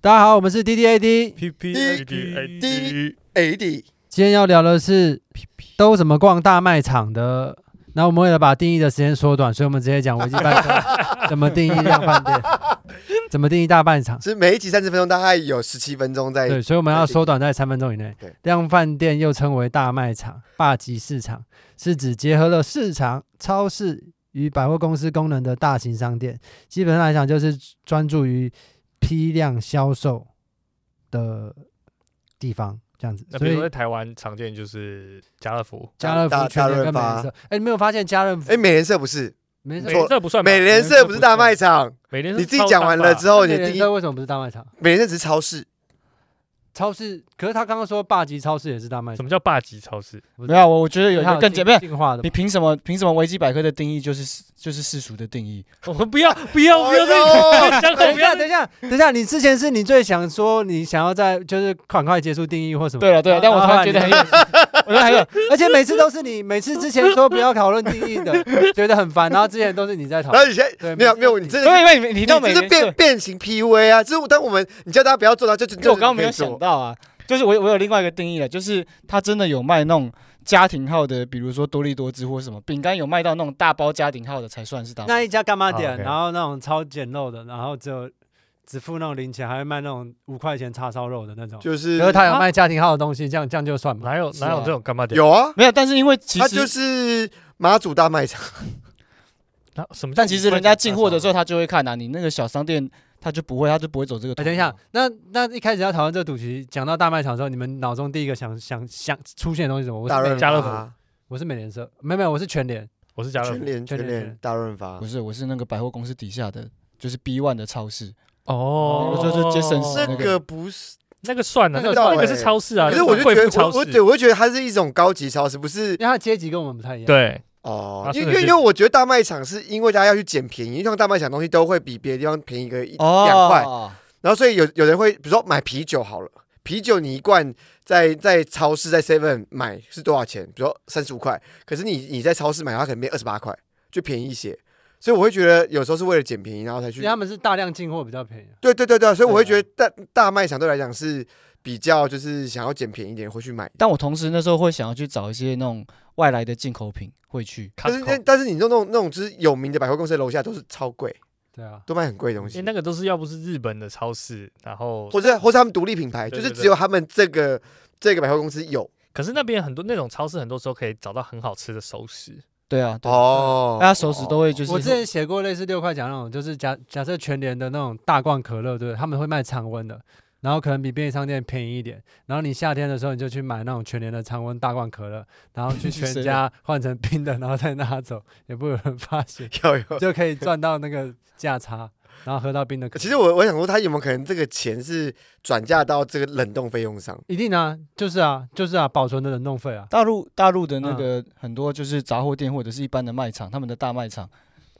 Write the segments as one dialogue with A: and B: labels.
A: 大家好，我们是 D D A D，
B: P P
C: 滴
B: A D A
C: 滴
B: D，
C: AD
A: 今天要聊的是都怎么逛大卖场的。那我们为了把定义的时间缩短，所以我们直接讲维基百科怎么定义量贩店，怎么定义大卖场。
C: 是每一集三十分钟，大概有十七分钟在
A: 对，所以我们要缩短在三分钟以内
C: 对。
A: 量贩店又称为大卖场、霸级市场，是指结合了市场、超市与百货公司功能的大型商店。基本上来讲，就是专注于批量销售的地方，这样子。
B: 那
A: 所
B: 比如
A: 以
B: 说在台湾常见就是家乐福，
A: 家乐
C: 大
A: 福、全
C: 大
A: 联
C: 润
A: 跟美
C: 发
A: 联社，哎，你没有发现家乐福
C: 哎，？美联社不是，
A: 美联
B: 美
A: 社
C: 错
B: 联社不算吧，
C: 美联社不是大卖场，
B: 美联社
C: 你
B: 是
C: 自
B: 超商吧，
C: 己讲完了之
D: 哦
C: 后，你
A: 美
C: 定
A: 联
C: 义
A: 社为什么不是大卖场？
C: 美联社只是超市，
A: 超市，可是他刚刚说霸级超市也是大卖
B: 什
A: 场，
B: 么叫霸级超 市？
D: 没有，我我觉得有一
A: 它
D: 个更
A: 进
D: 简单。
A: 进化的
D: 你
A: 嘛。
D: 凭什么？凭什么维基百科的定义就是世就是世俗的定义？
B: 我们不要不要不要再
C: 哎呦
B: 讲好
A: 等
B: 不
A: 一
B: 要
A: 下，
B: 再
A: 等一下，等一下，你之前是你最想说你想要在就是赶快结束定义或什么？
D: 对了对了，但我突然觉得 很有，我觉得很有，
A: 而且每次都是你，每次之前说不要讨论定义的，觉得很烦，然后之前都是你在讨
C: 然后
A: 论。
C: 你
D: 哎
C: 现
A: 对
C: 在没有
A: 没
C: 没有，
A: 事
C: 你真
D: 因
C: 的
D: 为因为你们你
C: 你
D: 到
C: 这
D: 美
C: 是
D: 联社
C: 变，变形 PUA 啊！就是当我们你叫大家不要做到，就就
D: 就我刚刚没有想
C: 到，
D: 到啊，就是我有我有另外一个定义了，就是它真的有卖那种家庭号的，比如说多利多汁或什么饼干，有卖到那种大包家庭号的才算是大包
A: 那。一家干嘛
B: 好
A: 点？
B: ，OK
A: 然后那种超简陋的，然后只有只付那种零钱，还会卖那种五块钱叉烧肉的那种。
C: 就是
A: 可是
D: 啊
A: 他有卖家庭号的东西，这样这样就算吧。
B: 哪有
D: 是啊
B: 哪有这种干嘛点？
C: 有啊，
D: 没有，但是因为其
C: 它就
D: 实，
C: 是马祖大卖场，
B: 哪什么叫
D: 但其实人家进货的时候
B: 他
D: 他就会看啊，你那个小商店他就不会，他就不会走这个
A: 哎，
D: 通路。
A: 等一下，那那一开始要讨论这个主题，讲到大卖场的时候，你们脑中第一个想想想出现的东西是什么？我
C: 大
A: 是
C: 润
A: 美
B: 家乐
C: 发、
A: 我是美联社，没有没有，我是全联。
B: 我是家乐
C: 全
B: 福
C: 联、
A: 全
C: 全
A: 联
C: 联、大润发
D: 不，是，我是那个百货公司底下的，就是 B One 的超市。
B: 哦，
D: 就是 Jason's
C: 那
D: 那
C: 个不是。
B: 那个算了，
C: 那
B: 那个
C: 个到
B: 那个
C: 欸
B: 是超市啊，
C: 可是
B: 那
C: 我就
B: 贵
C: 觉
B: 妇
C: 得，
B: 超
C: 我我
B: 市
C: 对我就觉得它是一种高级超市，不是
A: 因为它阶级跟我们不太一样。
B: 对
C: 哦
B: 啊，
C: 因
B: 是的
C: 为因为
B: 是
C: 因为
B: 的
C: 我觉得大卖场是因为大家要去捡便宜，因为通常大卖场东西都会比别的地方便宜个一两块，
D: 哦
C: 然后所以有有人会比如说买啤酒好了，啤酒你一罐在在超市在 Seven 买是多少钱？比如说三十五块，可是你你在超市买它可能变二十八块，就便宜一些。所以我会觉得有时候是为了捡便宜，然后才去
A: 因为。他们是大量进货比较便宜。
C: 对对对对啊，所以我会
D: 对
C: 觉
D: 啊
C: 得大大卖场对我来讲是比较就是想要捡便宜一点会去买。
D: 但我同时那时候会想要去找一些那种外来的进口品，会去。
C: 但是那但是你弄那种那种就是有名的百货公司的楼下都是超贵，
A: 对啊，
C: 都卖很贵的东
B: 因
C: 西
B: 为。那个都是要不是日本的超市，然后
C: 或者或者他们独立品牌，就
B: 对
C: 是
B: 对
C: 只有他们这个这个百货公司有
B: 可是那边很多那种超市，很多时候可以找到很好吃的熟食。
D: 对啊，对啊，
C: 哦
D: 大家熟食都会就是。
A: 我之前写过类似六块奖那种，就是假假设全联的那种大罐可乐，对不对，他们会卖常温的，然后可能比便利商店便宜一点。然后你夏天的时候，你就去买那种全联的常温大罐可乐，然后去全
D: 是
A: 家换成冰的，然后再拿走，也不会有人发现，
C: 有 有。
A: 就可以赚到那个价差， 然后喝到冰的可乐。
C: 其实我我想说，他有没有可能这个钱是转嫁到这个冷冻费用上？
A: 一定啊，就是啊，就是啊，保存的冷冻费啊。
D: 大陆大陆的那个很多就是杂货店或者是一般的卖场，他们的大卖场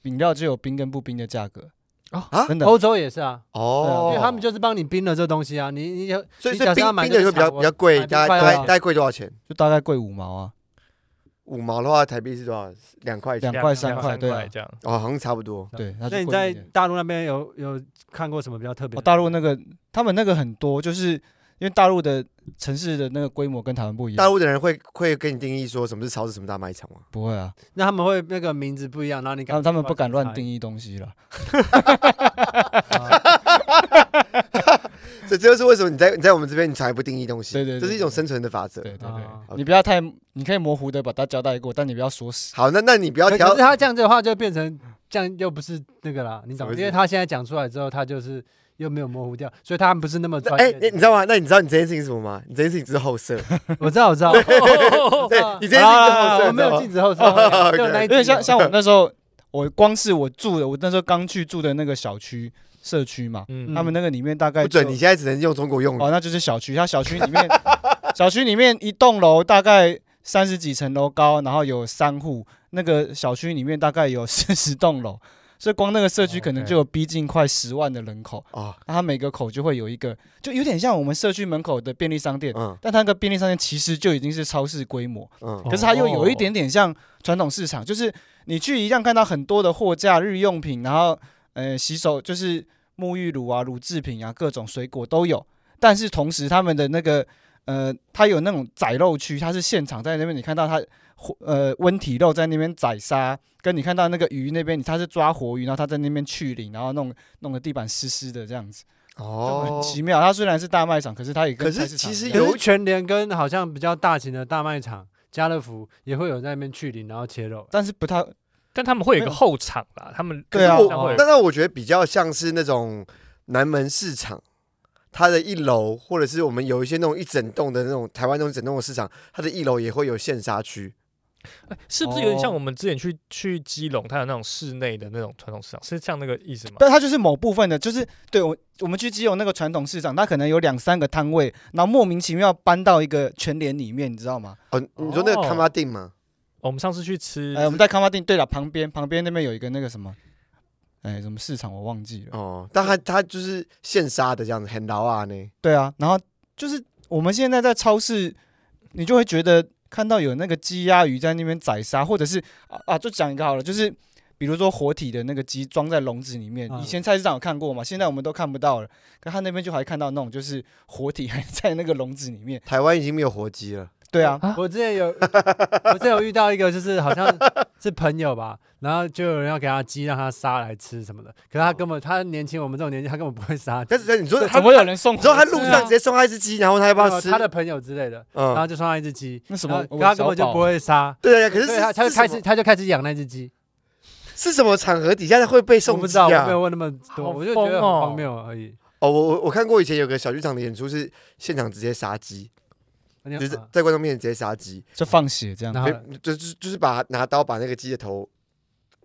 D: 饮料就有冰跟不冰的价格
B: 哦
C: 啊
D: 真的
A: 欧洲也是啊，因
C: 哦
A: 为他们就是帮你冰了这东西啊，你你有
C: 所以
A: 你
C: 所以
A: 假设
C: 冰
A: 要买
C: 冰的
A: 那
C: 就
A: 个
C: 比较
A: 茶
C: 比较贵，
A: 买
C: 大概
A: 冰块
C: 大
A: 的
C: 概
A: 话
C: 大概贵多少钱？
D: 就大概贵五毛啊，
C: 五毛的话，台币是多少？两块钱
D: 两块
B: 三
D: 三块对啊
B: 这样。
C: 哦，好像差不多。
D: 对，它就
A: 那你
D: 贵一
A: 在
D: 点
A: 大陆那边有有看过什么比较特别
D: 哦
A: 的？
D: 大陆那个他们那个很多，就是因为大陆的城市的那个规模跟台湾不一样，
C: 大陆的人会会跟你定义说什么是超市，什么大卖场吗？
D: 不会啊，
A: 那他们会那个名字不一样，然后你
D: 他们他们不敢乱定
A: 义。
D: 义东西了。
A: 啊
C: 所以这就是为什么你在你在我们这边你从来不定义东西，
D: 对对对
C: 这是一种生存的法则。
D: 对对
A: 啊
D: 对，你不要太，你可以模糊的把它交代过，但你不要说死。
C: 好，那那你不要
A: 可可
C: 挑
A: 是他这样子的话，就变成这样又不是那个啦，你
C: 什
A: 懂
C: 么意
A: 吗？
C: 思
A: 因为他现在讲出来之后，他就是又没有模糊掉，所以他们不是那么
C: 那
A: 专
C: 哎、
A: 业。
C: 你你知道吗？那你知道你这件事情是什么吗？你这件事情是后设，
A: 我知道，我知道，
C: 对
A: 啊
C: 你这件事情是后设，
A: 我
C: 你
A: 没
C: 知道
A: 有
C: 吗
A: 禁止后
C: 哦
A: 说，
C: ，OK
A: 就那一
D: 因为
A: 集
D: 像
A: 有。啊
D: 像我那时候，我光是我住的，我那时候刚去住的那个小区社区嘛，
B: 嗯
D: 他们那个里面大概
C: 不准，
D: 就
C: 你现在只能用中国用语。
D: 哦，那就是小区。它小区里面， 小区里面一栋楼大概三十几层楼高，然后有三户。那个小区里面大概有四十栋楼，所以光那个社区可能
B: OK
D: 就有逼近快十万的人口。
C: 哦，
D: 那它每个口就会有一个，就有点像我们社区门口的便利商店，
C: 嗯
D: 但它那个便利商店其实就已经是超市规模。
C: 嗯
D: 可是它又有一点点像传统市场，就是你去一样看到很多的货架、日用品，然后呃洗手就是沐浴乳啊、乳制品啊、各种水果都有。但是同时，他们的那个呃，它有那种宰肉区，它是现场在那边，你看到它活呃温体肉在那边宰杀，跟你看到那个鱼那边，它是抓活鱼，然后它在那边去鳞，然后弄弄得地板湿湿的这样子，就很
C: 哦，
D: 奇妙。它虽然是大卖场，可是它也跟
C: 可是
D: 菜市场
C: 其实
D: 一样
A: 可
C: 有
A: 是全联跟好像比较大型的大卖场、家乐福也会有在那边去零，然后切肉。
D: 但是不太
B: 但他们会有一
D: 没
B: 个
D: 有
B: 后场啦，他们
D: 对啊
B: 可是我
C: 但那我觉得比较像是那种南门市场，它的一楼，或者是我们有一些那种一整栋的那种台湾那种一整栋的市场，它的一楼也会有现杀区。
B: 哎是不是有点像
D: 哦
B: 我们之前去去基隆，它有那种室内的那种传统市场，是像那个意思吗？
D: 但它就是某部分的，就是对我我们去基隆那个传统市场，它可能有两三个摊位，然后莫名其妙搬到一个全联里面，你知道吗？
C: 哦，你说那个
B: 哦
C: 康巴定吗？
B: 我们上次去吃
D: 哎、我们在康巴定对了，旁边旁边那边有一个那个什么，哎、什么市场我忘记了。
C: 哦，但它它就是现杀的这样子，很牢啊呢。
D: 对啊，然后就是我们现在在超市，你就会觉得看到有那个鸡鸭鱼在那边宰杀，或者是啊啊，就讲一个好了，就是比如说活体的那个鸡装在笼子里面，
A: 嗯
D: 以前菜市场有看过嘛，现在我们都看不到了。可他那边就还看到那种就是活体还在那个笼子里面。
C: 台湾已经没有活鸡了，
D: 对啊，
A: 我之 前有，我之前有遇到一个，就是好像是朋友吧，然后就有人要给他鸡，让他杀来吃什么的。可是他根本他年轻，我们这种年纪，他根本不会杀鸡。
C: 但是你说他
D: 怎，么有人送？
C: 你知道他路
A: 对啊
C: 上直接送他一只鸡，然后他要不
A: 没
C: 要
A: 有
C: 吃？
A: 他的啊朋友之类的，然
C: 嗯，
A: 后就送他一只鸡，
D: 那什
A: 然
D: 么
A: 后？可他根本
D: 我
A: 就
D: 小
A: 不
D: 宝
A: 会杀，
C: 对啊，可是
A: 所以
C: 是
A: 他他
C: 是
A: 就开
C: 什
A: 始
C: 么
A: 他就开始养那只鸡。
C: 是什么场合底下会被
A: 我
C: 送
A: 不知
C: 鸡
A: 道，我
C: 啊
A: 没？有问那么多，
B: 好
A: 我就觉得很
B: 疯哦
A: 荒谬而已。
C: 哦，我我我看过以前有个小剧场的演出是现场直接杀鸡，
A: 那
C: 就是
A: 就
C: 在在观众面前直接杀鸡，
D: 就放血这样。
A: 然后
C: 没就就是就是把拿刀把那个鸡的头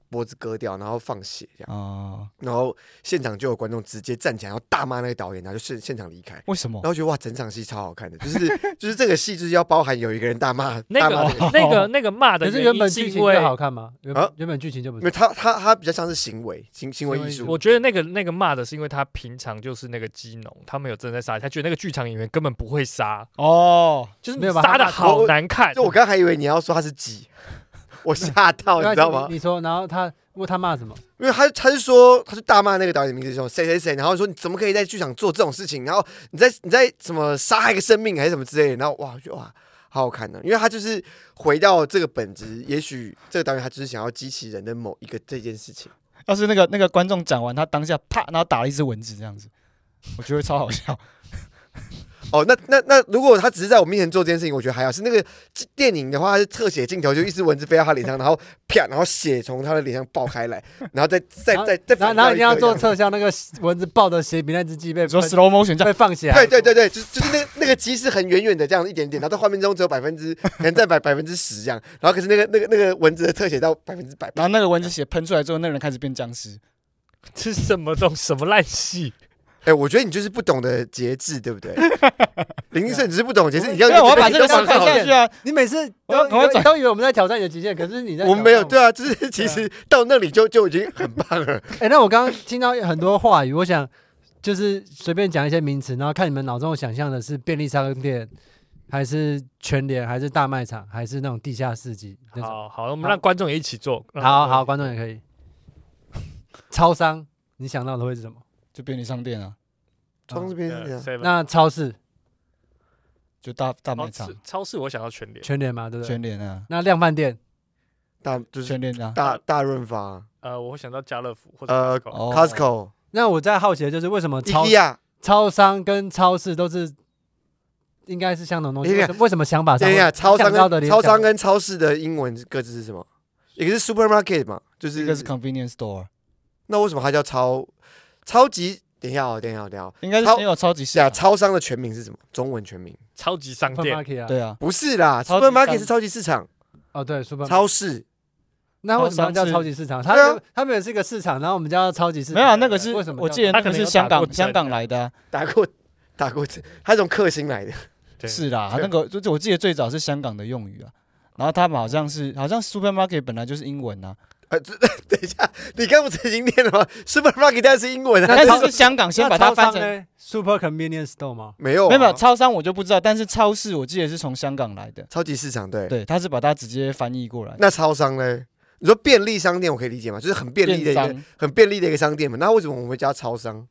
C: 脖子割掉，然后放血这样，
D: 哦，
C: 然后现场就有观众直接站起来，然后大骂那个导演，然后就现现场离开。
D: 为什么
C: 然？后觉得哇，整场戏超好看的，就是就是这个戏就是要包含有一个人大骂，
B: 那
C: 大骂
B: 个
C: 人，
B: 那个那个骂的
A: 哦可是
B: 原
A: 原
B: 因
A: 本
B: 是
A: 剧
B: 因
A: 情
B: 为
A: 就好看吗？原
C: 啊
A: 原本剧情就不
C: 因为
A: 是。
C: 他他他比较像是行为行行为艺
A: 行为
C: 术
B: 我，觉得那个那个骂的是因为他平常就是那个鸡农，他们有真的在杀，他觉得那个剧场演员根本不会杀，
D: 哦，
B: 就是
A: 没有吧
B: 杀的
A: 他
B: 好难看。
C: 就我刚还以为你要说他是鸡，我吓到哦你知道吗？
A: 你说，然后他问他骂什么？
C: 因为他他是说，他就大骂那个导演的名字说谁谁谁，然后说你怎么可以在剧场做这种事情，然后你在你在什么杀害一个生命还是什么之类的，然后哇我就哇好好看呢、哦因为他就是回到这个本质，也许这个导演他只是想要激起人的某一个这件事情，
D: 要是那个那个观众讲完，他当下啪，然后打了一只蚊子这样子，我觉得超好笑。
C: 哦，那那那如果他只是在我面前做这件事情，我觉得还好。是那个电影的话，它是特写镜头，就一只蚊子飞到他脸上，然后啪，然后血从他的脸上爆开来，然后再再再再
A: 然后
C: 反
A: 然后
C: 到
A: 一
C: 一
A: 定要
C: 个
A: 做
C: 样子
A: 侧向，那个蚊子抱的鞋比那只鸡被
D: 你说
A: 喷
D: slow motion 这样
A: 被放起来。
C: 对对对对，就是就是那个那个鸡是很远远的这样一点点，然后在画面中只有百分之可能占百百分之十这样，然后可是那个那个那个蚊子的特写到百分之百，
D: 然后那个蚊子血喷出来之后，那个人开始变僵尸。
B: 这是什么东什么烂 戏？
C: 哎、我觉得你就是不懂得节制，对不 对？林医生，你只是不懂节制，你要
D: 对啊，我要把
C: 你
D: 这个
C: 要
D: 当看
C: 好
D: 下去啊！
A: 你每次
D: 我要
A: 都
D: 赶快
A: 以为
D: 转
A: 都以为我们在挑战你的极限，可是你在
C: 我们没有对
A: 啊。
C: 啊，就是其实到那里就就已经很棒 了。
A: 哎，那我刚刚听到很多话语，我想就是随便讲一些名词，然后看你们脑中想象的是便利商店，还是全联，还是大卖场，还是那种地下市集那种。
B: 好好，我们让观众也一起做。嗯让
A: 好好，观
B: 观
A: 众也可以。超商，你想到的会是什么？
D: 就便利商店啊，
C: 装这
B: 众
C: 边是这样，
B: 对 seven
A: 那超市
D: 就大大卖
B: 超
D: 场
B: 市、超市，我想要全联。
A: 全联嘛，对不对
D: 全？联啊，
A: 那量贩店，
C: 大就是
D: 全联啊。
C: 大大润发、
B: 呃，我会想到家乐福或者
C: 呃
B: Costco
D: 哦
C: Costco、
A: 那我在好奇的就是为什么超
C: IKEA。
A: 超商跟超市都是应该是相同东西，
C: 等
A: 为
C: 一下
A: 什么为什么想法上
C: 等一
A: 会？
C: 下，超商
A: 想到的
C: 跟
A: 联
C: 超
A: 想
C: 商跟超市的英文各自是什么？一个是 supermarket 嘛，就
D: 一
C: 是
D: 个是 convenience store，
C: 那为什么它叫超超级？等一下哦，等一下哦，等一下哦。
D: 应该是
C: 超
D: 先有超级市
C: 是啊，
D: 场。
C: 超商的全名是什么？中文全名
B: 超级商店。
A: supermarket 啊，
D: 对啊，
C: 不是啦
D: 超级商
C: ，supermarket 是超级市场、
A: 哦对，super。
C: 超市。
A: 那为什么
D: 超商
A: 叫
D: 是
A: 超级市场？它
C: 对啊
A: 就它们也是一个市场，然后我们叫它超级市
D: 没
A: 场。
D: 有啊那个是
A: 为什么叫
D: 我记得那个是香
B: 他可能有打
D: 港
B: 过
D: 香港来的啊，
C: 打过打过字，它是从克星来的。
B: 对
D: 是啦，他那个就是我记得最早是香港的用语啊。然后他们好像是好像 supermarket 本来就是英文啊，
C: 呃，这等一下，你刚不是已经念了吗？supermarket 当然是英文啊，
D: 但
C: 这
D: 是是香港先把它
A: 那
D: 翻
A: 超商
D: 成
A: 呢？super convenience store 吗？
C: 没有啊
D: 没有没有超商我就不知道，但是超市我记得是从香港来的，
C: 超级市场对。
D: 对，他是把它直接翻译过来。
C: 那超商呢？你说便利商店我可以理解吗？就是很便利的一
D: 便
C: 个
D: 商
C: 很便利的一个商店嘛。那为什么我们会叫它超商？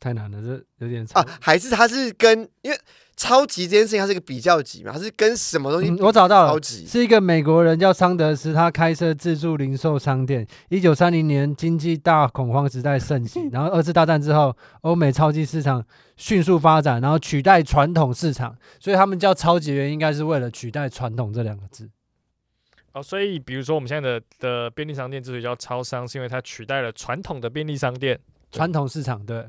A: 太难了，这有点长。
C: 啊，还是它是跟因为超级这件事情，它是一个比较级嘛，它是跟什么东西
A: 嗯我找到了
C: 超，级？
A: 是一个美国人叫桑德斯，他开设自助零售商店。一九三零年经济大恐慌时代盛 行，然后二次大战之后，欧美超级市场迅速发展，然后取代传统市场，所以他们叫超级园，应该是为了取代传统这两个字。
B: 哦，所以比如说我们现在的的便利商店之所以叫超商，是因为它取代了传统的便利商店。对
A: 传统市场对，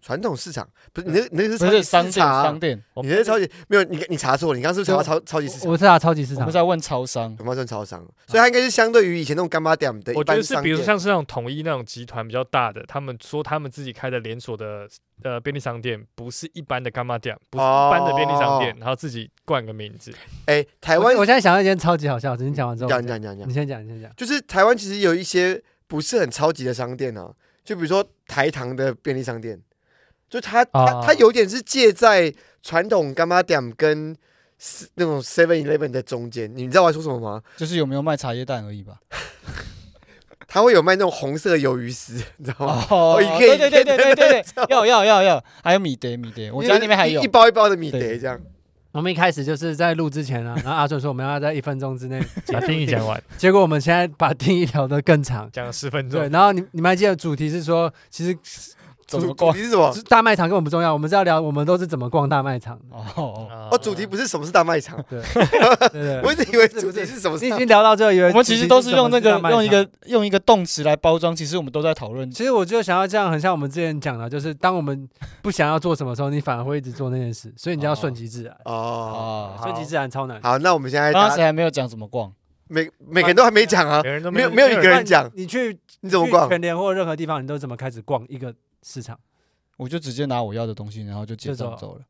C: 传统市场不是你那个那个是
D: 不
C: 超
D: 是
C: 级
D: 商
C: 市
D: 店
C: 场啊
D: 商，店，
B: 我
C: 你
B: 们
C: 那是超级没有你你查错，你刚刚是不是查到超超级市
A: 我
C: 场？
A: 我是啊，超级市
D: 我
A: 场
D: 们。在问超商。
C: 有没有算超商？所以它应该是相对于以前那种干妈店
B: 我
C: 的一
B: 觉得
C: 般
B: 是，
C: 商
B: 比如说
C: 店。
B: 像是那种统一那种集团比较大的，他们说他们自己开的连锁的呃便利商店，不是一般的干妈店，不是一般的便利商
C: 哦
B: 店，然后自己冠个名字。
C: 哎，台
A: 我
C: 湾
A: 我现在想到一件超级好笑，的，你讲完之后我
C: 讲
A: 再，
C: 讲讲讲
A: 你，先讲，你先讲。
C: 就是台湾其实有一些不是很超级的商店啊，就比如说台糖的便利商店，就它它
A: 啊
C: 它有点是介在传统干妈店跟 s- 那种 Seven Eleven 的中间，你知道我在说什么吗？
D: 就是有没有卖茶叶蛋而已吧。
C: 它会有卖那种红色鱿鱼丝，你知道吗？
D: 哦
C: 一片
D: 对对对对对对对，要要要要，还有米德米德，我家里面还有
C: 一一。包一包的米
D: 对
C: 德这样。
A: 我们一开始就是在录之前啊，然后阿顺说我们要在一分钟之内
B: 把定义讲完，
A: 结果我们现在把定义聊得更长。
B: 讲了十分
A: 对，
B: 钟。
A: 然后你你们还记得主题是说，其实
D: 怎
C: 主
D: 么逛
C: 主题是什么？
A: 是大卖场根本不重要，我们是要聊我们都是怎么逛大卖场 的。
D: 哦哦，
B: 哦
C: 哦，主题不是什么是大卖场，
A: 对，对对，
C: 我一直以为
A: 不是
C: 主题是什么
A: 你
C: 是
A: 已
C: 大
A: 经聊到这，以为
D: 我们其实都是用那个
C: 呃
D: 用一，
A: 主题是什么是大卖
D: 个用一个动词来包装，其实我们都在讨论
A: 场。其实我就想要这样，很像我们之前讲的，就是当我们不想要做什么时候，你反而会一直做那件事，所以你就要顺其自然。
C: 哦。
D: 啊。
A: 顺其自然超难。
C: 好，那我们现在
D: 当
C: 大
D: 时
C: 家
D: 还没有讲怎么逛，
C: 每每个人都还没讲啊
B: 每，个人都
C: 没有没
B: 没
C: 有一个人讲
A: 你去
C: 你怎么
A: 去
C: 逛？
A: 全联或任何地方，你都怎么开始逛一个市 场？
D: 我就直接拿我要的东西，然后就结账
A: 就走
D: 走了。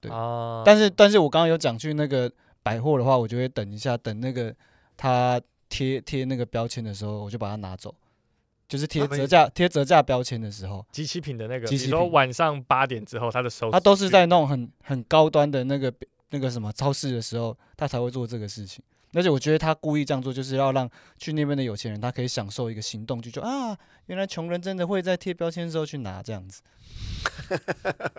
D: 对
B: 啊，
D: 但是但是我刚刚有讲去那个百货的话，我就会等一下，等那个他贴贴那个标签的时候，我就把它拿走，就是贴
B: 他们
D: 折价贴折价标签的时候。
B: 机器品的那个，
D: 机
B: 比
D: 器
B: 如说
D: 品
B: 晚上八点之后，它的收
D: 他都是在那种很很高端的那个那个什么超市的时候，他才会做这个事情。而且我觉得他故意这样做，就是要让去那边的有钱人，他可以享受一个行动，就就啊，原来穷人真的会在贴标签的时候去拿这样子。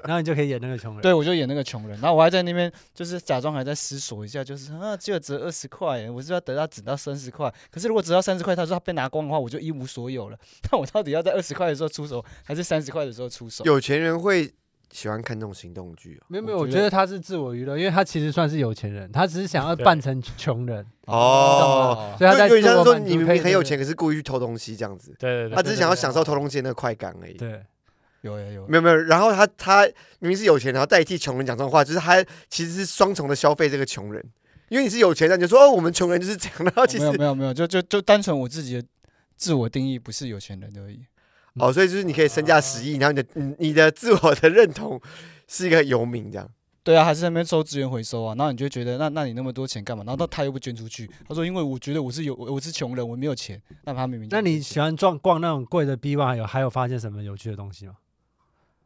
A: 然后你就可以演那个穷人。
D: 对，我就演那个穷人，然后我还在那边就是假装还在思索一下，就是啊，只有折二十块，我是不是要得到只到三十块。可是如果折到三十块，他说他被拿光的话，我就一无所有了。 那我到底要在二十块的时候出手，还是三十块的时候出手？
C: 有钱人会喜欢看这种行动剧哦
A: 没有没
D: 我
A: 有，我
D: 觉
A: 觉
D: 得
A: 得他是自我娱乐，因为他其实算是有钱人，他只是想要
B: 对
A: 扮成穷人，
C: 哦。
D: 哦
A: 所以他啊在
C: 就有点
A: 自
C: 像是
A: 我
C: 说
A: 满足
C: 你明
A: 配
C: 明
A: 置
C: 很有钱，可是故意去偷东西这样子，
B: 对对
C: 他
B: 对，
C: 只是想要享受偷东西的那个快感而已。
A: 对，
D: 有有有，
C: 没有没有，然后他他明明是有钱，然后代替穷人讲这种话，就是他其实是双重的消费这个穷人，因为你是有钱人，你就说哦我们穷人就是这样，然后其
D: 没有
C: 实
D: 没有没有，就就就单纯我自己的自我定义不是有钱人而已。
C: 哦，所以就是你可以身价十亿，然后你的你你的自我的认同是一个游民这样。
D: 对啊，还是在那边收资源回收啊，然后你就觉得那那你那么多钱干嘛？然后他他又不捐出去，他说因为我觉得我是有我我是穷人，我没有钱。那他明明就
A: 那你
D: 有钱
A: 喜欢逛逛那种贵的 B 万，有还有发现什么有趣的东西 吗？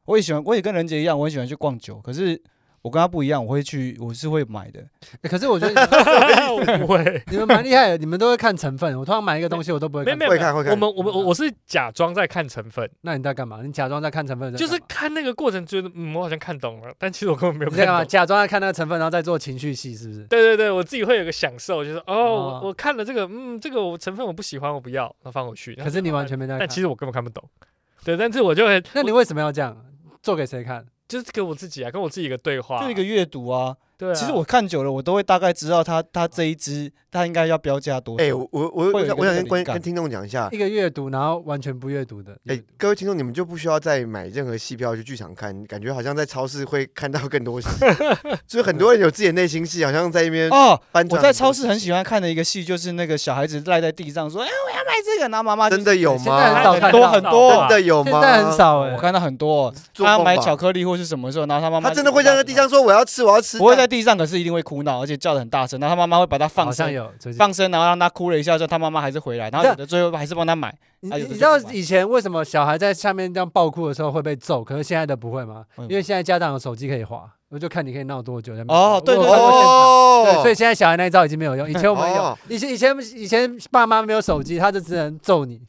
D: 我也喜欢，我也跟人杰一样，我很喜欢去逛酒，可是我跟他不一样，我会去，我是会买的。
A: 欸可是我觉得
B: 不会。
A: 你们蛮厉害的，你们都会看成分。我通常买一个东西，我都不会
B: 没有
A: 看
B: 没
A: 成分。
B: 有，
C: 会看会看
B: 我们我们我我是假装在看成分，
A: 那你在干嘛？你假装在看成分，
B: 就是
A: 你
B: 看那个过程，觉得嗯，我好像看懂了，但其实我根本没有
A: 在
B: 看
A: 干嘛？
B: 懂。
A: 假装在看那个成分，然后再做情绪戏，是不是？
B: 对对对，我自己会有个享受，就是哦，
A: 哦
B: 我我看了这个，嗯，这个我成分我不喜欢，我不要，那放回去。
A: 可是你完全没在
B: 但，
A: 看
B: 但。其实我根本看不懂。对，但是我就会
A: 那你为什么要这样？做给谁看？
B: 就是跟我自己啊，跟我自己一个对话啊，
D: 就一个阅读啊，
B: 对啊。
D: 其实我看久了，我都会大概知道他他这一支他应该要标价多少。
C: 哎、我我我
D: 会有
C: 我
D: 一个
C: 想我想
D: 这
C: 跟
D: 个
C: 观
D: 灵感
C: 跟听众讲一下，
A: 一个阅读，然后完全不阅读的。
C: 哎、
A: 阅读
C: 各位听众，你们就不需要再买任何戏票去剧场看，感觉好像在超市会看到更多戏， 就是很多人有自己的内心戏，好像在那边
D: 哦，
C: 翻转。
D: 我在超市很喜欢看的一个戏，就是那个小孩子赖在地上说：“哎，我要买这个。”然后妈妈就
C: 真的有
A: 现在很
C: 吗？
A: 少
B: 很
A: 看
D: 多
A: 到，
D: 很多
C: 真
B: 啊
C: 的有
A: 现
C: 吗？
A: 在很少哎
D: 我。看到很多哦，
C: 做
D: 他
C: 梦吧
D: 买巧克力或是什么时候，然后他妈妈
C: 他真的会在那个地，上说我要吃，我要吃。
D: 不会在地上，可是一定会哭闹，而且叫的很大声。然后他妈妈会把他
A: 好
D: 放
A: 像
D: 生，
A: 有最近。
D: 放生，然后让他哭了一下之后，他妈妈还是回来，然后有的最后还是帮他买。
A: 你
D: 啊有的
A: 你知
D: 就
A: 道
D: 不买
A: 以前为什么小孩在下面这样暴哭的时候会被揍，可是现在的不会吗？
D: 为什么
A: 因为现在家长有手机可以滑。我就看你可以闹多久。在那边
D: 哦对
A: 我
D: 对
A: 有看过现场对，所以
C: 以
A: 现在小孩那一招已经没有用。以前我们有
C: 哦，
A: 以前以前以前爸妈没有手机，他就只能揍你，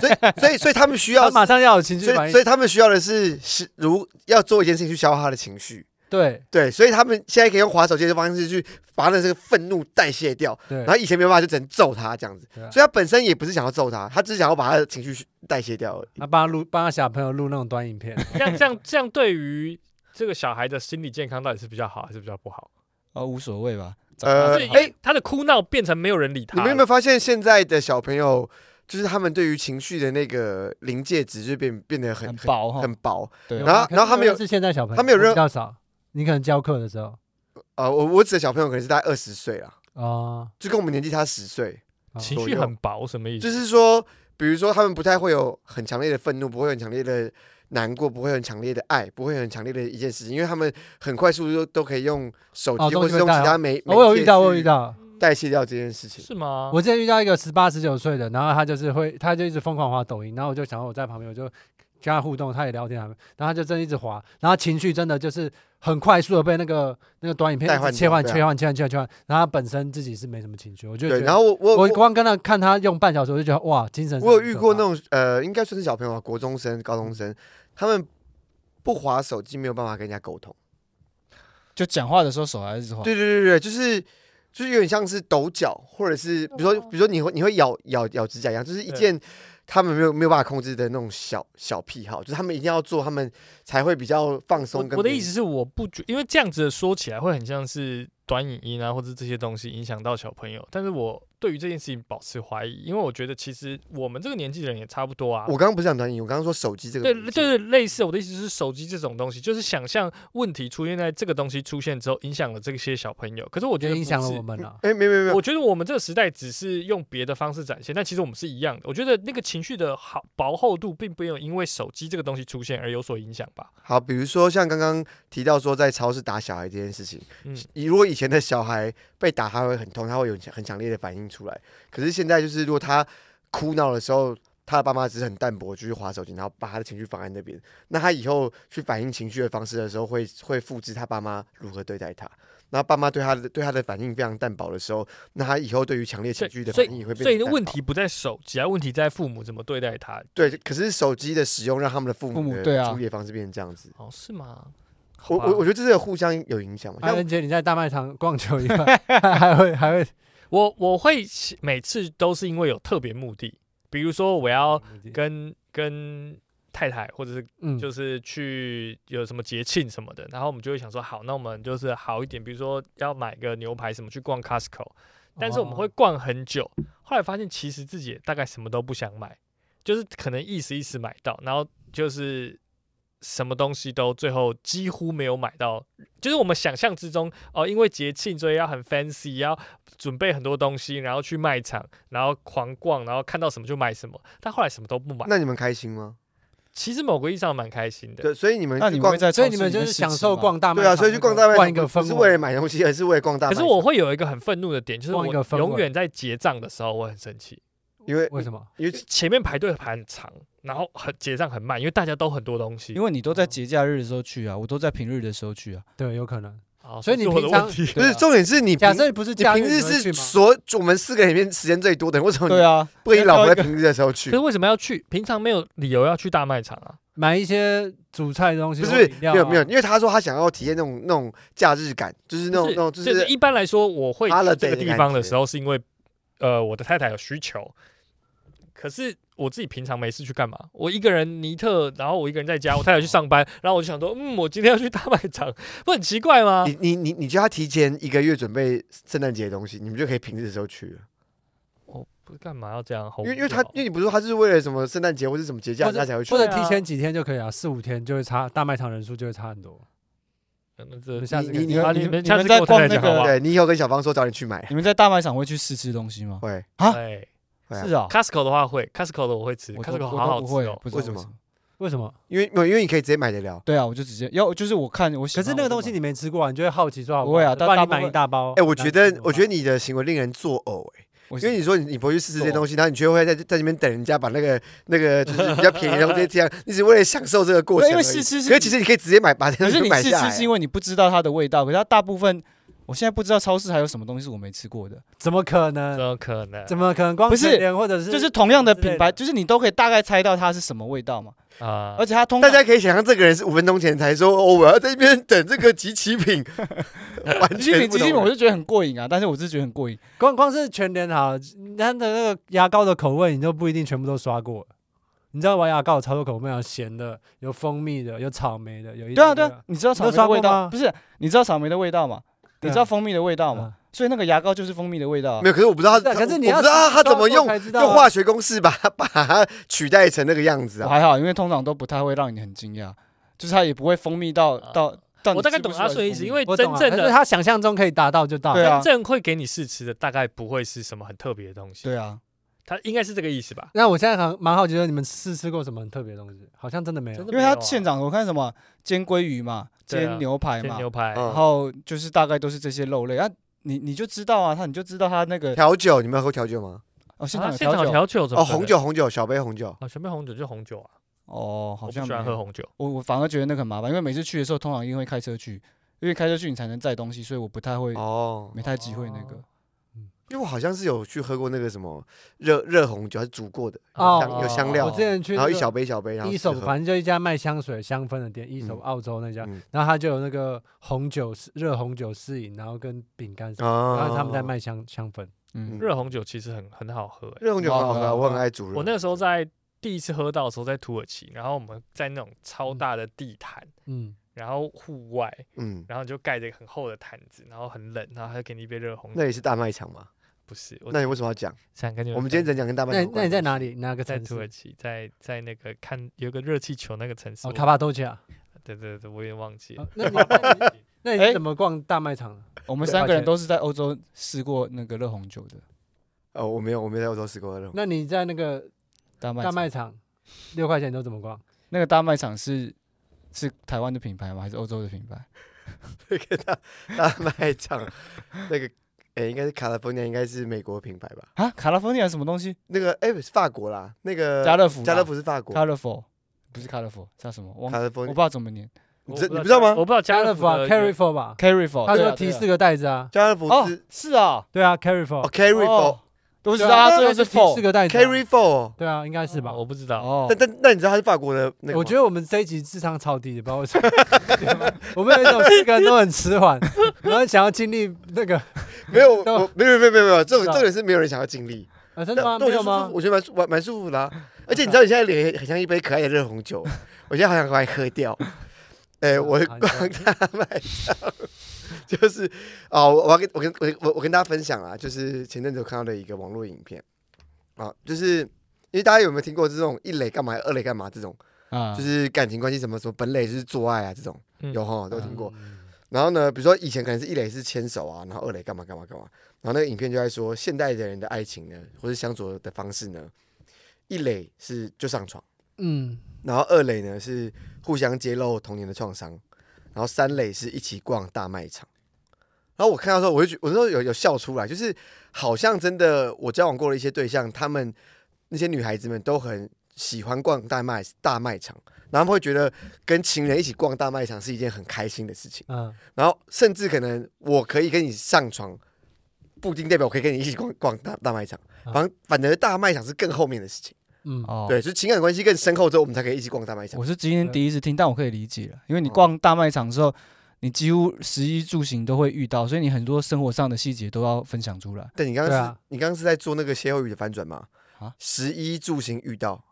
C: 所以所以所以他们需要
A: 他，马上要有情绪
C: 所
A: 反
C: 以
A: 应
C: 所。以他们需要的是是如要做一件事情去消化他的情绪。
A: 对
C: 对，所以他们现在可以用划手机的方式去把他的这个愤怒代谢掉，
A: 对
C: 然后以前没有办法，就只能揍他这样子。
A: 对啊
C: 所以他本身也不是想要揍他，他只是想要把他的情绪代谢掉而已。
A: 他帮他录，帮他小朋友录那种短影片。
B: 这样这样这样，对于这个小孩的心理健康到底是比较好还是比较不好？
D: 哦，无所谓吧。
C: 呃
B: 所
D: 长
B: 以
D: 大就好
B: 哎，他的哭闹变成没有人理他
C: 你
B: 了。
C: 们有没有发现现在的小朋友，就是他们对于情绪的那个临界值就变变得很
D: 很薄哦哈，
C: 很薄。
D: 对
C: 然后
A: 可能
C: 然后他们有
A: 可能是现在小朋友，
C: 他们有任
A: 比较少。你可能教课的时候
C: 呃，我我指的小朋友可能是大概二十岁啊，
A: 哦，
C: 就跟我们年纪差十岁。
B: 情
C: 左
B: 绪
C: 右
B: 很薄，什么意思？
C: 就是说，比如说他们不太会有很强烈的愤怒，不会有很强烈的难过，不会有很强烈的爱，不会有很强烈的一件事情，因为他们很快速就都可以用手
A: 哦
C: 机、
A: 东
C: 或
A: 西会
C: 是用
A: 带
C: 其
A: 哦
C: 他媒，
A: 哦我有
C: 媒
A: 遇
C: 介
A: 到，我有
C: 去
A: 遇到。
C: 代谢掉这件事情。
B: 是吗？
A: 我之前遇到一个十八十九岁的，然后他就是会，他就一直疯狂滑抖音，然后我就想说我在旁边，我就跟他互动，他也聊天，然后他就真的一直滑，然后情绪真的就是很快速的被那个那个短影片
C: 代
A: 一直
C: 换
A: 切换
C: 掉对啊
A: 切换切换切换切换，然后他本身自己是没什么情绪，我就觉
C: 对，
A: 得，
C: 然后我
A: 我
C: 我我
A: 光跟他看他用半小时，我就觉得哇，精神上
C: 我有遇过那
A: 很可
C: 种呃，应该算是小朋友啊，国中生、高中生，他们不划手机没有办法跟人家沟通。
D: 就讲话的时候手啊还是一直滑。
C: 对对对对，就是就是有点像是抖脚，或者是比如说比如说你会你会咬咬咬指甲一样，就是一
B: 对
C: 件他们没有没有办法控制的那种小小癖好，就是他们一定要做，他们才会比较放松。
B: 我我的意思，是，我不觉，因为这样子的说起来会很像是短影音啊，或者这些东西影响到小朋友。但是我对于这件事情保持怀疑，因为我觉得其实我们这个年纪的人也差不多啊。
C: 我刚刚不是讲短影，我刚刚说手机这个
B: 对
C: 东西，
B: 对对，类似我的意思是，手机这种东西，就是想象问题出现在这个东西出现之后，影响了这些小朋友。可是我
A: 怕
B: 觉
A: 就
B: 得
A: 影
B: 不
A: 响了
B: 是
A: 我们啊了。
C: 哎，没有没有没有，
B: 我觉得我们这个时代只是用别的方式展现，但其实我们是一样的。我觉得那个情绪的好薄厚度，并没有因为手机这个东西出现而有所影响吧。
C: 好，比如说像刚刚提到说在超市打小孩这件事情，
B: 嗯
C: 以如果以前的小孩被打，他会很痛，他会有很强烈的反应出来。可是现在就是，如果他哭闹的时候，他的爸妈只是很淡薄，就是划手机，然后把他的情绪放在那边。那他以后去反映情绪的方式的时候，会会复制他爸妈如何对待他。然后爸妈对他的对他的反应非常淡薄的时候，那他以后对于强烈情绪的
B: 所
C: 反
B: 以
C: 应也会变得
B: 所以
C: 很淡薄
B: 问题不在手机啊，问题在父母怎么对待他。
C: 对，可是手机的使用让他们的父
D: 父母
C: 母
D: 对
C: 的
D: 啊
C: 处理的方式变成这样子。
B: 哦，是吗？好
C: 我
B: 吧
C: 我我觉得这是有互相有影响嘛，
D: 哎
A: 艾
C: 像
A: 恩姐，你在大卖场逛球以 外，还还会还会
B: 我我会每次都是因为有特别目的，比如说我要跟跟太太，或者是
A: 嗯，
B: 就是去有什么节庆什么的，然后我们就会想说，好，那我们就是好一点，比如说要买个牛排什么，去逛 Costco，但是我们会
A: 哦
B: 逛很久，后来发现其实自己也大概什么都不想买，就是可能一时一时买到，然后就是什么东西都最后几乎没有买到，就是我们想象之中哦，因为节庆所以要很 fancy，要准备很多东西，然后去卖场，然后狂逛，然后看到什么就买什么，但后来什么都不买。
C: 那你们开心吗？
B: 其实某个意义上蛮开心的，
C: 对，所以你们
D: 那
C: 去
D: 你们
C: 逛
D: 会在
A: 哦所以
D: 超
A: 你
D: 市
A: 们
D: 里
A: 就
D: 面
A: 是
D: 试
A: 享
D: 吃
A: 受
D: 吗
A: 逛大卖场
C: 对
A: 那
C: 啊，
A: 个，
C: 所以去逛大卖
A: 换一个
C: 场
A: 氛
C: 不
A: 围，
C: 是为了买东西，而是为了逛大卖
B: 可
C: 场。
B: 是我会有一个很愤怒的点，就是
A: 换一个氛
B: 我
A: 围
B: 永远在结账的时候我很生气，
C: 因为
A: 为什么？
C: 因为
B: 前面排队排很长，然后很结账很慢，因为大家都很多东西
D: 因。为你都在节假日的时候去啊，我都在平日的时候去啊。
A: 对，有可能。
B: 哦
A: 所以你
B: 这是我的
A: 平常
B: 问 题
C: 不是重点是你平
A: 假设不是
C: 你
A: 假
C: 平
A: 你
C: 日
A: 会去
C: 是
A: 吗
C: 所我们四个人里面时间最多的，为什么
D: 对
C: 你
D: 啊，
C: 不跟你老婆在
D: 要挑一
C: 平日的时候去
B: 可是？为什么要去？平常没有理由要去大卖场啊。
A: 买一些主菜的东西，
C: 不是
A: 或
C: 不是
A: 饮料啊
C: 没有没有，因为他说他想要体验那种那种假日感，就是那种那种
B: 就
C: 就是
B: 一般来说，我会去
C: holiday
B: 这个
C: 的
B: 地
C: 感
B: 方的
C: 觉
B: 时候，是因为呃我的太太有需求。可是我自己平常没事去干嘛？我一个人尼特，然后我一个人在家，我太太去上班，然后我就想说，嗯，我今天要去大卖场，不很奇怪 吗？
C: 你你你你叫他提前一个月准备圣诞节的东西，你们就可以平日的时候去了。
B: 不是干嘛要这样？好
C: 因为因为
B: 无
C: 他
B: 聊啊
C: 因为你不是说他是为了什么圣诞节或是什么节假
A: 或
C: 日他才
A: 者
C: 会去
A: 或，者
B: 对啊
A: 提前几天就可以啊，四五天就会差，大卖场人数就会差很多。
B: 嗯那
A: 我
B: 这
A: 们下次
C: 你
A: 可以
C: 你
B: 啊
D: 你
B: 们
D: 你
B: 下
D: 们
B: 次
D: 在
B: 跟我太太
D: 逛那
B: 讲好
D: 个
B: 不好？
C: 对你以后跟小芳说找你去买，
D: 你们在大卖场会去试吃东西吗？
C: 会
D: 啊
B: 对
C: 会啊
D: 是啊，
B: ，Costco 的话会，Costco 的我会吃
D: 我都
B: ，Costco 好
D: 我都
B: 好
D: 不
B: 吃
D: 会
B: 哦，。
D: 不知道
C: 为什么？
A: 为什么？
C: 因为没有因为你可以直接买得了。
D: 对啊，我就直接要，就是我看我喜
A: 可
D: 欢。
A: 是那个
D: 我就
A: 东西
D: 买
A: 你没吃过啊，你就会好奇说好
D: 不会啊
A: 不
D: 但
A: 然
D: 大
A: 你
D: 部
A: 买一
D: 分
A: 大包。
C: 哎哎、我觉得，我觉得
A: 得
C: 你的行为令人作呕、哎，
D: 为什
C: 因为
D: 么
C: 你说你你不会去试吃这些东西，然后你却会在在那边等人家把那个那个就是比较便宜的东 西这样，你只为了享受这个过程而已。
D: 因为试吃是
C: 可是其实你可以直接买把这
D: 可
C: 东
D: 是
C: 西
D: 你
C: 买
D: 试
C: 下
D: 吃
C: 来
D: 是。因为你不知道它的味道，可是它大部分我现在不知道超市还有什么东西是我没吃过的，
A: 怎么可
B: 怎
A: 能？
B: 么可能？
A: 怎么可能？光
D: 啊不是
A: 全联或者是
D: 就是同样的
A: 之类
D: 品牌，就是你都可以大概猜到它是什么味道嘛。
B: 啊
D: 而且它通
C: 大
D: 常
C: 家可以想象，这个人是五分钟前才说：“哦，我要在这边等这个集齐品。”完
D: 极品
C: 全不
D: 极品，我
C: 懂。
D: 就觉得很过瘾啊，但是我是觉得很过瘾。
A: 光光是全联好，它的那个牙膏的口味你都不一定全部都刷过。你知道玩牙膏有超多口味啊，有咸的，有蜂蜜的，有草莓的，有一
D: 对啊对
A: 堆
D: 啊，你知道草
A: 你
D: 莓
A: 都刷
D: 的
A: 过
D: 味道
A: 吗
D: 不是？你知道草莓的味道吗？你
A: 对啊
D: 知道蜂蜜的味道吗？
A: 嗯
D: 所以那个牙膏就是蜂蜜的味道啊、
C: 没有，可是我不知道他，
A: 对啊可是你
C: 我
A: 要
C: 不知道他他怎么用
A: 才知道啊
C: 用化学公式把它把它取代成那个样子
D: 我
C: 啊。
D: 还好，因为通常都不太会让你很惊讶，就是它也不会蜂蜜到
B: 啊
D: 到到你
B: 我大概
D: 吃不
B: 懂
D: 出来
B: 阿顺的意思，
D: 是蜂蜜
B: 因为
A: 我
B: 真
A: 懂啊
B: 正
A: 可是
B: 的
A: 他想象中可以达到就达
D: 对
A: 到。
D: 啊
B: 真正会给你试吃的，大概不会是什么很特别的东西。
D: 对啊，
B: 它应该是这个意思吧？
A: 那我现在很蛮好奇，就是你们试吃过什么很特别的东西？好像真的没有
B: 真。的
D: 啊因为它现场我看什么煎鲑鱼嘛，
B: 啊对啊
D: 煎牛排
B: 煎
D: 嘛，
B: 牛排，
C: 嗯
D: 然后就是大概都是这些肉类啊。你你就知道啊，他你就知道他那个
C: 调酒，你们有喝调酒吗？
D: 哦，现
B: 啊
D: 场有
B: 现
D: 调
B: 场
D: 酒
B: 调酒怎么
C: 哦，
B: 可
C: 红
B: 能
C: 酒，红酒，小杯红酒。
B: 啊，全杯红酒就红酒啊，
D: 哦，好
B: 我不
D: 像
B: 喜欢
D: 没有
B: 喝红酒。
D: 我我反而觉得那个很麻烦，因为每次去的时候通常因为开车去，因为开车去你才能载东西，所以我不太会，
C: 哦，
D: 没太机会那个。
C: 因为我好像是有去喝过那个什么热热红酒，还是煮过的，
A: 哦
C: 香有香料
A: 我之前去
C: 然
A: 那
C: 后
A: 个
C: 一小杯一小杯，然
A: 一
C: 后试
A: 手，
C: 喝。
A: 反正就一家卖香水香氛的店，一手
C: 嗯
A: 澳洲那家，
C: 嗯
A: 然后他就有那个红酒试热红酒试饮，然后跟饼干什么，
C: 啊
A: 然后他们在卖香香氛。
D: 嗯，
B: 热红酒其实很很好喝、欸，
C: 热红酒很好喝
D: 哇
C: 啊，我很爱煮热红酒。
B: 我那个时候在第一次喝到的时候在土耳其，然后我们在那种超大的地毯，
A: 嗯，
B: 然后户外，
C: 嗯，
B: 然后你就盖着一个很厚的毯子，然后很冷，然后他就给你一杯热红酒
C: 那。也是大卖场嘛？
B: 不是，我
C: 那你为什么要讲？
B: 想跟你
C: 我们今天只
B: 在
C: 能讲跟大卖
A: 那
C: 场
A: 你
C: 有
A: 那
C: 关的
A: 你在
C: 东
A: 哪
C: 西？
A: 里？哪个
B: 在
A: 城
B: 土耳
A: 市？
B: 其，在在那个看有个热气球那个城市，
A: 哦，
B: 我
A: 卡巴多奇啊。
B: 对对对，我也忘记了
A: 哦。 那你那你那你
D: 哎
A: 怎么逛大卖场呢？
D: 我们
A: 对
D: 三
A: 抱
D: 个人
A: 歉
D: 都是在欧洲试过那个热红酒的
C: 哦，我没有，我没有在欧洲吃过热红酒。
A: 那你在那个
D: 大卖
A: 大
D: 场
A: 卖场六块钱你都怎么逛？
D: 那个大卖场是是台湾的品牌吗？还是欧洲的品牌？
C: 那个大大卖场，那个诶，应该是卡拉风 i 应该是美国品牌吧？
D: 啊，卡拉风尼亚什么东西？
C: 那个诶，是法国啦，那个
D: 家乐福啦，
C: 家乐福是法国，
D: c o l o r f u l 不是 c o l o r f u l 叫什么？忘
C: 卡
D: 我
C: 拉
D: 不
C: 风
D: 知道怎么念
C: 你
B: 我
C: 知
B: 不
C: 你不知道吗
B: 我不知道家
A: 家乐
B: 乐
A: 福啊
B: 的
A: ，Carry Four 吧，
D: ，Carryful。
A: 他
D: 对
A: 说
D: 啊
A: 提
D: 对啊
A: 四个袋子啊，
C: 家乐福
D: 哦
C: 是，
D: 是啊，
A: 对啊，Carry Four，
C: 哦 carry for
D: 哦，都知道
A: 对啊
D: 它最后
A: 就是提四
D: four
A: 个袋子啊
C: carry for。
A: 对啊，应该是吧？
B: 我不知道。
D: 哦
C: 哦但，但那你知道他是法国的那个吗？
A: 我觉得我们这一集智商超低的，不知道为什么。 我们有一种四个人都很迟缓， 然后想要经历那个
C: 没有，
A: 那
C: 我没有没有没有没有，这种
A: 是啊
C: 这种是没有人想要经历。
A: 啊，真的
C: 那
A: 吗？没
C: 那我觉
A: 有
C: 得舒
A: 吗
C: 服，？我觉得蛮舒蛮蛮舒服 的啊。而且你知道，你现在脸很像一杯可爱的热红酒， 我现在好想把它喝 掉。哎，我
A: 啊好你说
C: 逛大卖场， 就是哦，我我要跟我跟我跟我我跟大家分享啊，就是前阵子我看到的一个网络影片啊，就是因为大家有没有听过这种一垒干嘛，二垒干嘛这种，
D: 啊，
C: 就是感情关系什么什么本垒就是做爱啊这种，
B: 嗯
C: 有哈都有听过。
A: 嗯
C: 然后呢，比如说以前可能是一垒是牵手啊，然后二垒干嘛干嘛干嘛，然后那个影片就在说现代的人的爱情呢，或是相处的方式呢，一垒是就上床，
A: 嗯，
C: 然后二垒呢是互相揭露童年的创伤，然后三垒是一起逛大卖场。然后我看到的时候，我就觉我那时候有有笑出来，就是好像真的我交往过的一些对象，他们那些女孩子们都很喜欢逛大卖大卖场，然后他们会觉得跟情人一起逛大卖场是一件很开心的事情。
A: 嗯，
C: 然后甚至可能我可以跟你上床，不一定代表我可以跟你一起逛逛大大卖场，
A: 啊
C: 反反而大卖场是更后面的事情，
A: 嗯，
D: 哦，
C: 对，就是情感关系更深厚之后，我们才可以一起逛大卖场。
D: 我是今天第一次听，但我可以理解了，因为你
C: 嗯
D: 逛大卖场的时候，你几乎食衣住行都会遇到，所以你很多生活上的细节都要分享出来。
C: 但你刚刚
A: 对
C: 是、
A: 啊
C: 你刚刚是在做那个歇后语的翻转吗？
D: 啊
C: 十一住行遇到，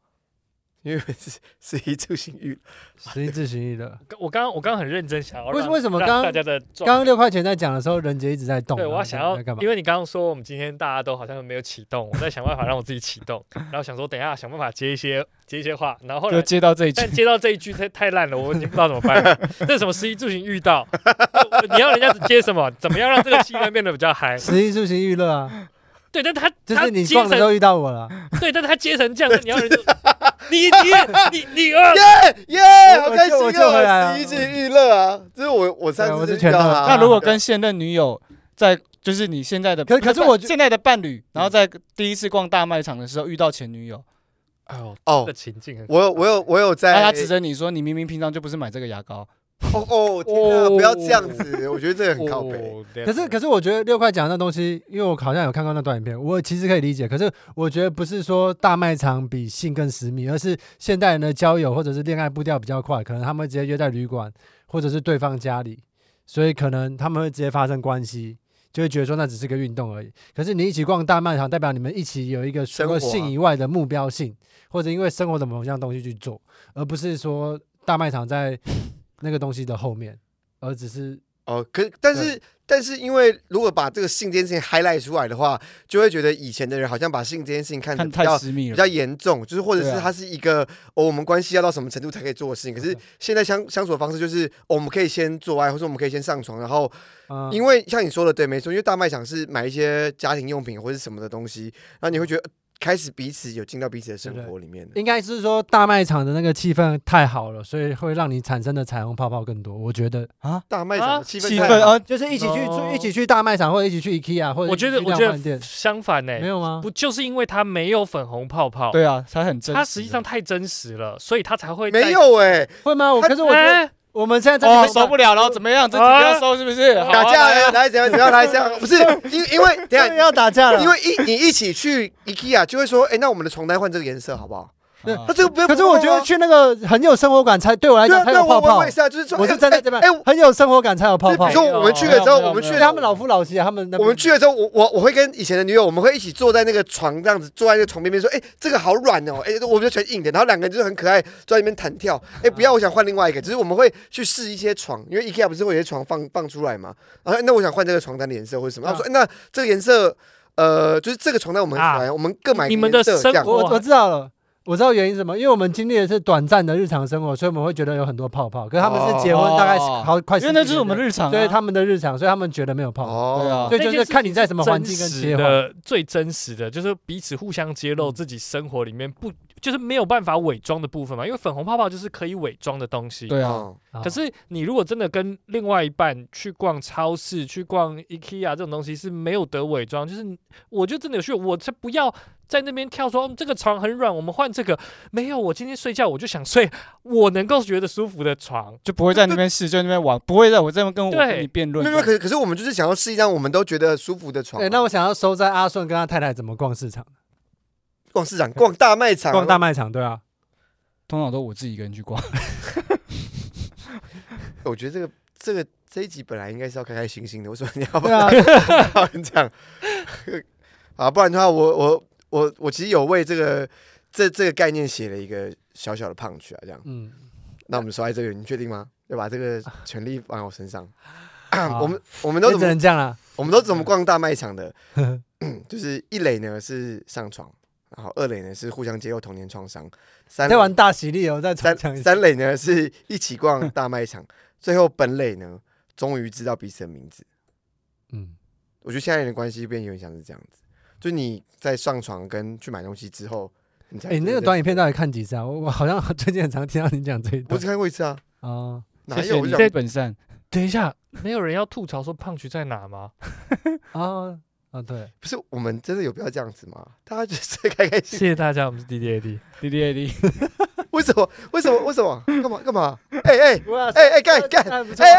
C: 因为是十一住行 遇，
A: 十一字行意的。
B: 我刚刚我刚刚很认真想要
A: 为
B: 让
A: 为什么
B: 让
A: 刚
B: 大家的状
A: 刚刚六块钱在讲的时候，人杰一直在动。
B: 对，我
A: 然后
B: 要想要
A: 在干，嘛
B: 因？为你刚刚说我们今天大家都好像没有启动，我在想办法让我自己启动，然后想说等一下想办法接一些接一些话，然后后
D: 就
B: 来
D: 接到这一句
B: 但，接到这一句太太烂了，我已经不知道怎么办了。这是什么十一住行遇到， 你要人家接什么？怎么样让这个气氛变得比较嗨？
A: 十一住行娱乐啊，
B: 对，但他
A: 就
B: 他
A: 是你
B: 接
A: 逛的时
B: 成
A: 候遇到我了，
B: 对，但他接成这样，那你要人家你你你你 二
C: 耶、
A: 我
C: 好开心
A: 我就我就回来
C: 啊！
A: 了
C: 十一住行娱乐啊，这是我我上
A: 对我是
C: 次就遇到
A: 全
C: 他
A: 乐
C: 啊、
D: 那如果跟现任女友在就是你现在的，
A: 可
D: 不
A: 可是
D: 伴
A: 我觉
D: 现在的伴侣，然后在第一次逛大卖场的时候遇到前女友，
C: 嗯
B: 哎呦，这
C: 哦
B: 个，情境很
C: 我有我有我
A: 哎
C: 有
D: 然后
C: 在
D: 他，指着你说：“你明明平常就不是买这个牙膏。
C: 哦哦，天啊，
B: 哦
C: 不要这样子，我觉得这个很靠北。
A: 哦可是可是我觉得六块讲的那东西，因为我好像有看过那段影片，我其实可以理解。可是我觉得不是说大卖场比性更私密，而是现代人的交友或者是恋爱步调比较快，可能他们会直接约在旅馆或者是对方家里，所以可能他们会直接发生关系。就会觉得说那只是个运动而已，可是你一起逛大卖场，代表你们一起有一个除
C: 生活
A: 了
C: 啊
A: 性以外的目标性，或者因为生活的某项东西去做，而不是说大卖场在那个东西的后面，而只是
C: 哦，可但是但是因为如果把这个性这件事情 highlight 出来的话，就会觉得以前的人好像把性这件事情”看得
D: 看
C: 比
D: 太
C: 较
D: 私密
C: 比
D: 了
C: 较
D: 吧，
C: 严重，就是或者
D: 对
C: 是
D: 啊
C: 它是一个、哦，我们关系要到什么程度才可以做的事情。可是现在相相处的方式就是、哦我们可以先做爱，或者我们可以先上床，然后
A: 嗯，
C: 因为像你说的对，没错，因为大卖场是买一些家庭用品或者什么的东西，然后你会觉得呃开始彼此有进到彼此的生活里面了。
A: 应该是说大卖场的那个气氛太好了，所以会让你产生的彩虹泡泡更多。我觉得
C: 大卖场的气氛呃
D: 气
C: 太
D: 氛
C: 好
D: 啊，
A: 就是一起去、
D: 哦
A: 一起去大卖场，或者一起去 IKEA，或者
B: 我觉得
A: 一起去
B: 我
A: 量
B: 觉
A: 贩
B: 得
A: 店
B: 相反
D: 哎
B: 呢、
A: 没有啊吗？
B: 不就是因为它没有粉红泡泡，
D: 对啊，他很真。
B: 它实际上太真实了，所以它才会带
C: 没有哎、
A: 会吗？我
C: 他
A: 可是我觉得
B: 哎，
A: 我们现在在这
D: 哦，
A: 边
D: 受不了了，怎么样？这集
B: 啊
D: 要收是不是？好啊
C: 打架
D: 来
C: 了，
D: 啊
C: 来怎样怎样来 这样，不是因因为等一
A: 对啊
C: 下。
A: 要打架了，
C: 因为一你一起去 IKEA 就会说，哎、那我们的床单换这个颜色好不好？
A: 对
D: 啊
C: 那这个不用。
A: 可是我觉得去那个很有生活感才对我来
C: 对
A: 讲
C: 啊
A: 才
C: 对啊，
A: 有
C: 我
A: 泡
C: 我
A: 泡
C: 我也。是啊，就是说
A: 我是
C: 哎
A: 站在
C: 哎
A: 这边
C: 哎，我
A: 很有生活感才有泡泡
C: 比如。说我们去的时候，
D: 没有
C: 我们去
D: 没有
A: 他
C: 的
A: 们老夫老妻啊，他们那边
C: 我们去的时候，我我我会跟以前的女友，我们会一起坐在那个床这样子，坐在那个床边边说，哎、这个好软哦、哎、我们就全硬的，然后两个人就是很可爱，坐在那边弹跳，哎、不要，我想换另外一个，只是我们会去试一些床，因为 IKEA 不是会有些床放放出来嘛，然后、哎那我想换这个床单的颜色或者什么，
A: 啊
C: 他说、哎那这个颜色，呃，就是这个床单我们很喜欢，我们各买一
B: 你
C: 个
B: 们的
C: 颜色这样
B: 生。活
A: 我我知道了。我知道原因是什么，因为我们经历的是短暂的日常生活，所以我们会觉得有很多泡泡。可是他们是结婚大概
D: 哦
A: 好快十几
D: 因为
A: 年了，
D: 那就是我们日常啊，
A: 对他们的日常，所以他们觉得没有泡泡。
D: 啊
C: 哦
A: 所以就是看你在什么环
B: 真
A: 境跟
B: 实
A: 切换。
B: 的最真实的，就是彼此互相揭露
A: 嗯
B: 自己生活里面不就是没有办法伪装的部分嘛，因为粉红泡泡就是可以伪装的东西。
D: 对啊，
C: 哦，
A: 好
B: 可是你如果真的跟另外一半去逛超市、去逛 IKEA 这种东西是没有得伪装，就是我就真的有去，我才不要在那边跳说、嗯、这个床很软，我们换这个。没有，我今天睡觉我就想睡我能够觉得舒服的床。
D: 就不会在那边试，就在那边玩，不会在我这么跟我
B: 对
D: 跟你辩论
C: 没有，没。有可是可是我们就是想要试一张我们都觉得舒服的床啊。
A: 哎对，那我想要收在阿顺跟他太太怎么逛市场，
C: 逛市场、逛大卖场、
A: 逛大卖场，对啊，
D: 通常都我自己一个人去逛，
C: 我觉得这个这个这一集本来应该是要开开心心的，为什么你要
A: 对
C: 把
A: 啊，
C: 它 搞成这样？啊，不然的话，我我我我其实有为这个这这个概念写了一个小小的胖曲啊，这样。
A: 嗯，
C: 那我们说在这里，你确定吗？要把这个权利放在我身上？
A: 好
C: 我们我们都
A: 也
C: 怎
A: 只
C: 么
A: 能这样了。
C: 我们都怎么逛大卖场的？就是一垒呢是上床，然后二垒呢是互相揭露童年创伤，三
A: 在
C: 垒
A: 玩大喜力哦，再重讲一
C: 三
A: 次。
C: 三垒呢是一起逛大卖场，最后本垒呢终于知道彼此的名字。
A: 嗯，
C: 我觉得现在人的关系变有点像是这样子，就你在上床跟去买东西之后，你才
A: 哎，那个短影片到底看几次啊？我我好像最近很常听到你讲这一
C: 我
A: 段
C: 只看过一次啊，
A: 啊。
C: 哪
D: 谢
C: 有
D: 谢
C: 我
D: 你
C: 就
B: 对
C: 想
D: 基本上
B: 等一下，没有人要吐槽说胖菊在哪 吗？
A: 啊啊，对，
C: 不是我们真的有必要这样子吗？大家就是 开开
B: 谢
C: 心，
B: 谢大家，我们是 D D A D。
D: D D A D，
C: 为什么为什么为什么干嘛干嘛？哎哎
A: 哎
C: 哎哎干干
A: 哎
C: 哎哎